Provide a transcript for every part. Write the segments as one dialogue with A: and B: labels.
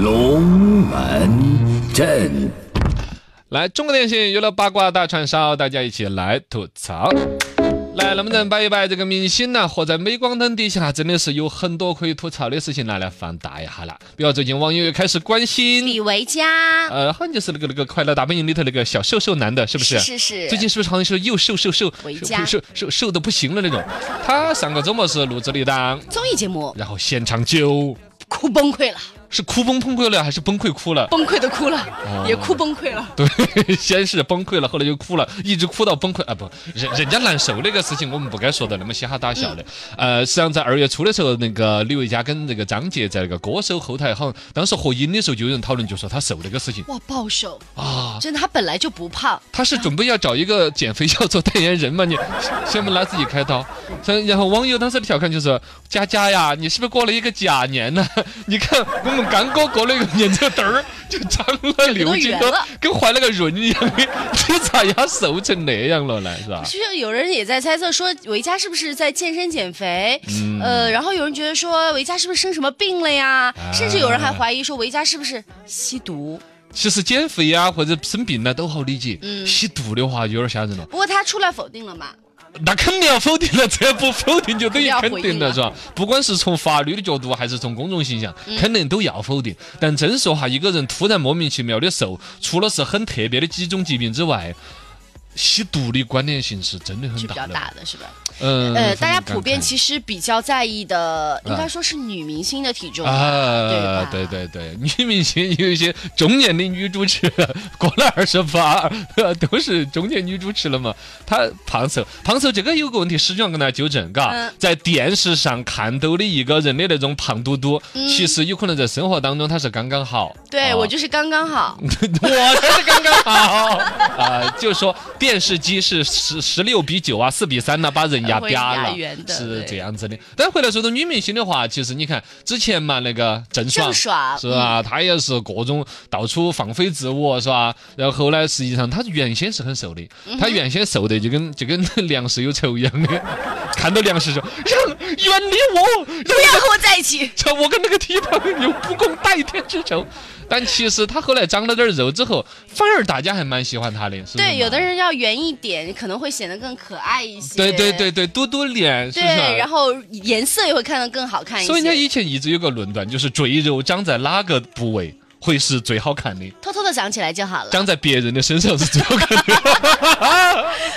A: 龙门阵。
B: 来，中国电信娱乐八卦大串烧，大家一起来吐槽。来，能不能摆一摆这个明星呢？活在镁光灯底下，真的是有很多可以吐槽的事情拿来放大一下了。比如最近网友又开始关
C: 李
B: 心，
C: 维嘉，
B: 呃，好像就是那个那个《快乐大本营》里头那个小瘦瘦男的，是不是？
C: 是是
B: 最近是不是好像是又瘦瘦瘦
C: 维
B: 瘦
C: 嘉
B: 瘦瘦瘦的不行了那种？他上个周末是录制了一档，
C: 综艺节目，
B: 然后现场就
C: 哭崩溃了，
B: 是哭崩崩溃了还是崩溃哭了？
C: 崩溃的哭
B: 哦
C: 了，也哭崩溃了。
B: 对，先是崩溃了，后来又哭了，一直哭到崩溃啊！不，人人家难受那个事情，我们不该说的那么嘻哈大笑的。呃，实际上在二月初的时候，那个李维嘉跟那个张杰在那个歌手后台，好像当时合影的时候就有人讨论，就说他瘦那个事情
C: 哇，暴瘦！
B: 啊，
C: 真的，他本来就不胖，
B: 他是准备要找一个减肥药做代言人嘛？你先不拿自己开刀。所以然后网友当时的调侃就是：佳佳呀，你是不是过了一个假年呢？ 你看我们刚哥过了一个年，这嘚儿就长了六斤
C: 长得
B: 多
C: 圆了，
B: 跟怀了个孕一样的，你咋呀瘦成那样了呢？是吧？
C: 就是有人也在猜测说维嘉是不是在健身减肥，
B: 嗯
C: 呃，然后有人觉得说维嘉是不是生什么病了呀，
B: 啊
C: 甚至有人还怀疑说维嘉是不是吸毒。
B: 其实减肥呀、或者生病啊呢都好理解，吸毒的话有点吓人了。
C: 不过他出来否定了嘛，
B: 那肯定要否定了，这 不否定就等于肯
C: 肯
B: 定
C: 定
B: 了，
C: 啊要回应了
B: 是吧？不管是从法律的角度，还是从公众形象，
C: 嗯
B: 肯定都要否定。但真说哈，一个人突然莫名其妙的瘦，除了是很特别的几种疾病之外，吸毒的关联性是真的很
C: 是比
B: 大
C: 较
B: 的。
C: 大的是吧？
B: 嗯，
C: 呃，
B: 非
C: 大家
B: 常
C: 普遍
B: 感慨嗯
C: 其实比较在意的，应该说是女明星的体重
B: 啊，
C: 对
B: 对
C: 吧
B: 对对，女明星有一些中年的女主持，过了二十八，呃都是中年女主持了嘛。她胖瘦，胖瘦这个有个问题，始终要跟大家纠正，嘎、
C: 嗯
B: 在电视上看到的一个人的那种胖嘟嘟，
C: 嗯
B: 其实有可能在生活当中她是刚刚好。
C: 对
B: 啊
C: 我就是刚 刚好，
B: 我才是刚刚好啊！就说电视机是十十六比九啊，四比三呢、把人压
C: 呃会
B: 扁
C: 压
B: 了
C: 圆，的
B: 是
C: 对
B: 这样子的。但回来说到女明星的话，其实你看之前嘛，那个郑爽
C: 郑爽嗯
B: 是吧？她也是各种到处放飞自我，是吧？然后后来实际上她原先是很瘦的，
C: 嗯
B: 她原先瘦的就跟就跟粮食有仇一样 的，看到粮食说让远离我，让
C: 不要和我在一起。
B: 这我跟那个地方有不共戴天之仇。但其实他后来长了点肉之后，反而大家还蛮喜欢他的。是不是嘛
C: 对，有的人要圆一点，可能会显得更可爱一些。
B: 对对对对，嘟嘟脸是
C: 对，
B: 不是？
C: 然后颜色也会看得更好看一些。
B: 所以人家以前一直有个论断，就是赘肉长在哪个部位会是最好看的，
C: 偷偷的长起来就好了。
B: 长在别人的身上是最好看的。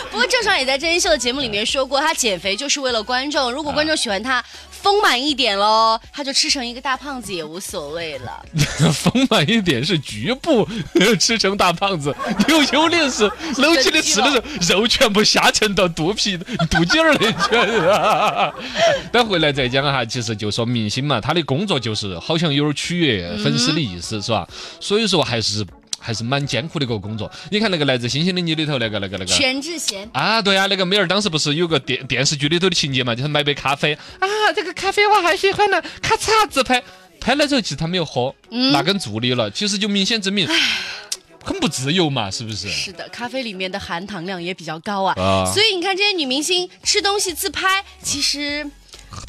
C: 不过郑爽也在《真人秀》的节目里面说过，她减肥就是为了观众，如果观众喜欢她，丰满一点喽，她就吃成一个大胖子也无所谓 了。
B: 丰满一点是局部 吃成大胖子，有优劣势。搂起来吃的时候，肉全部下沉到肚皮、肚脐儿那圈啊。 但回来再讲哈，其实就说明星嘛，他的工作就是好像有点取悦粉丝的意思，是吧？所以说还是还是蛮艰苦的一个工作。你看那个《来自星星的你》里头那个那个那个。
C: 全智贤，
B: 啊，对啊，那个梅尔当时不是有个电电视剧里头的情节嘛，就是买杯咖啡啊，这个咖啡我好喜欢呢，咔嚓自拍，拍了之后其实他没有喝，哪根助力了，其实就明显证明很不自由嘛，是不是？
C: 是的，咖啡里面的含糖量也比较高啊，
B: 啊
C: 所以你看这些女明星吃东西自拍，其实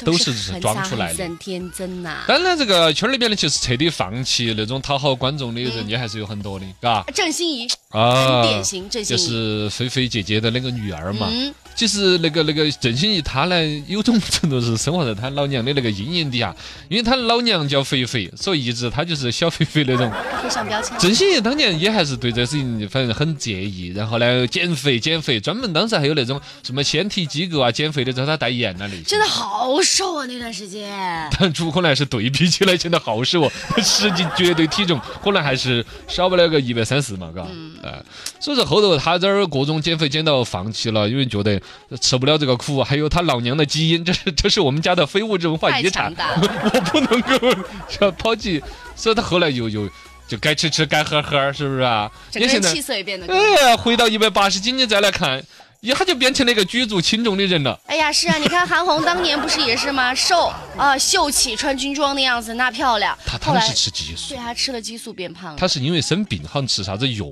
B: 都是
C: 是
B: 是
C: 很
B: 装
C: 傻
B: 出来
C: 很
B: 的
C: 真天 真呐、
B: 当然，这个圈儿里边呢，其实彻底放弃那种讨好观众的人也还是有很多的，嘎、
C: 郑欣宜
B: 啊，
C: 很典型，郑欣
B: 就
C: 宜。
B: 是菲菲姐姐的那个女儿嘛。
C: 嗯，
B: 其实那个那个郑欣宜，她呢，有种程度是生活在她老娘的那个阴影底下，因为她老娘叫肥肥，所以一直她就是小肥肥那种。
C: 贴上标签。
B: 郑欣宜当年也还是对这事情反正很介意，然后呢减肥减肥，专门当时还有那种什么纤体机构啊减肥的找她代言啊那些。
C: 真的好瘦啊！那段时间，
B: 但主可能是对比起来，现在好 瘦哦，实际绝对体重可能还是少不了个一百三四嘛，嘎。
C: 嗯
B: 哎，所以说后头他这儿各种减肥减到放弃了，因为觉得呃吃不了这个苦，还有他老娘的基因， 这是这是我们家的非物质文化
C: 太
B: 遗产
C: 强，大
B: 我不能够要抛弃，所以他后来又又就该吃吃该喝喝，是不是啊？
C: 整
B: 你
C: 个
B: 现
C: 人
B: 在
C: 气色也变得 更。
B: 哎，回到一百八十斤，你再来看，一下就变成了一个举足轻重的人了。
C: 哎呀，是啊，你看韩红当年不是也是吗？瘦 啊，秀气，穿军装的样子，那漂亮。
B: 他
C: 后
B: 当
C: 来
B: 时吃激素
C: 对。她吃了激素变胖了。
B: 他是因为生病，好像吃啥子药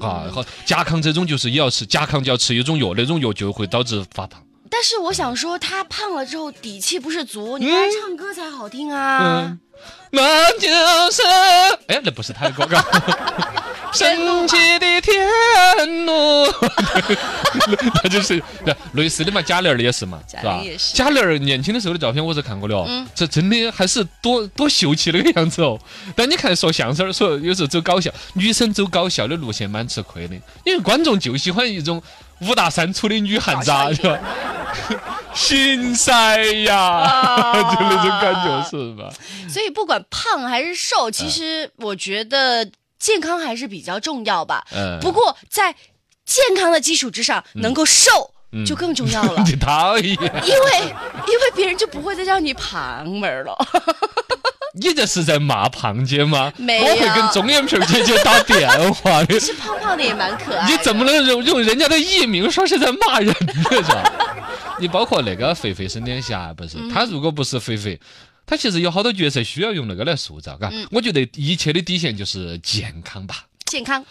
B: 啊？好，甲亢这种就是也要吃，甲亢就要吃一种药，那种药就会导致发胖。
C: 但是我想说，她胖了之后
B: 嗯
C: 底气不是足，你看她唱歌才好听啊。
B: 那就是哎，那不是他的 广告。神奇的天 路，他就是那类似的嘛，贾玲儿也是嘛，
C: 贾
B: 是吧
C: 玲也？是嗯
B: 贾玲儿年轻的时候的照片我是看过的哦，这真的还是多多秀气那个样子哦。但你看说相声儿，说有时候走搞笑，女生走搞笑的路线蛮吃亏的，因为观众就喜欢一种五大三粗的女汉子啊，
C: 搞笑一
B: 是吧？ 心塞
C: 啊
B: 呀， 啊就那种感觉是吧？
C: 所以不管胖还是瘦，其实我觉得健康还是比较重要吧。
B: 嗯
C: 不过在健康的基础之上，能够瘦
B: 嗯
C: 就更重要
B: ，
C: 了
B: 你讨厌，
C: 因为因为别人就不会再叫你旁门了。
B: 你这是在骂胖姐吗？
C: 没有
B: 我会跟钟艳萍姐姐打电 话的。
C: 其实胖胖的也蛮可爱的。
B: 你怎么能用用人家的艺名说是在骂人呢？是 吧？你包括那个肥肥沈殿霞，不
C: 嗯
B: 是她如果不是肥肥。她其实有好多
C: 嗯
B: 角色需要用那个来塑造，嘎、我觉得一切的底线就是健康吧。
C: 健康？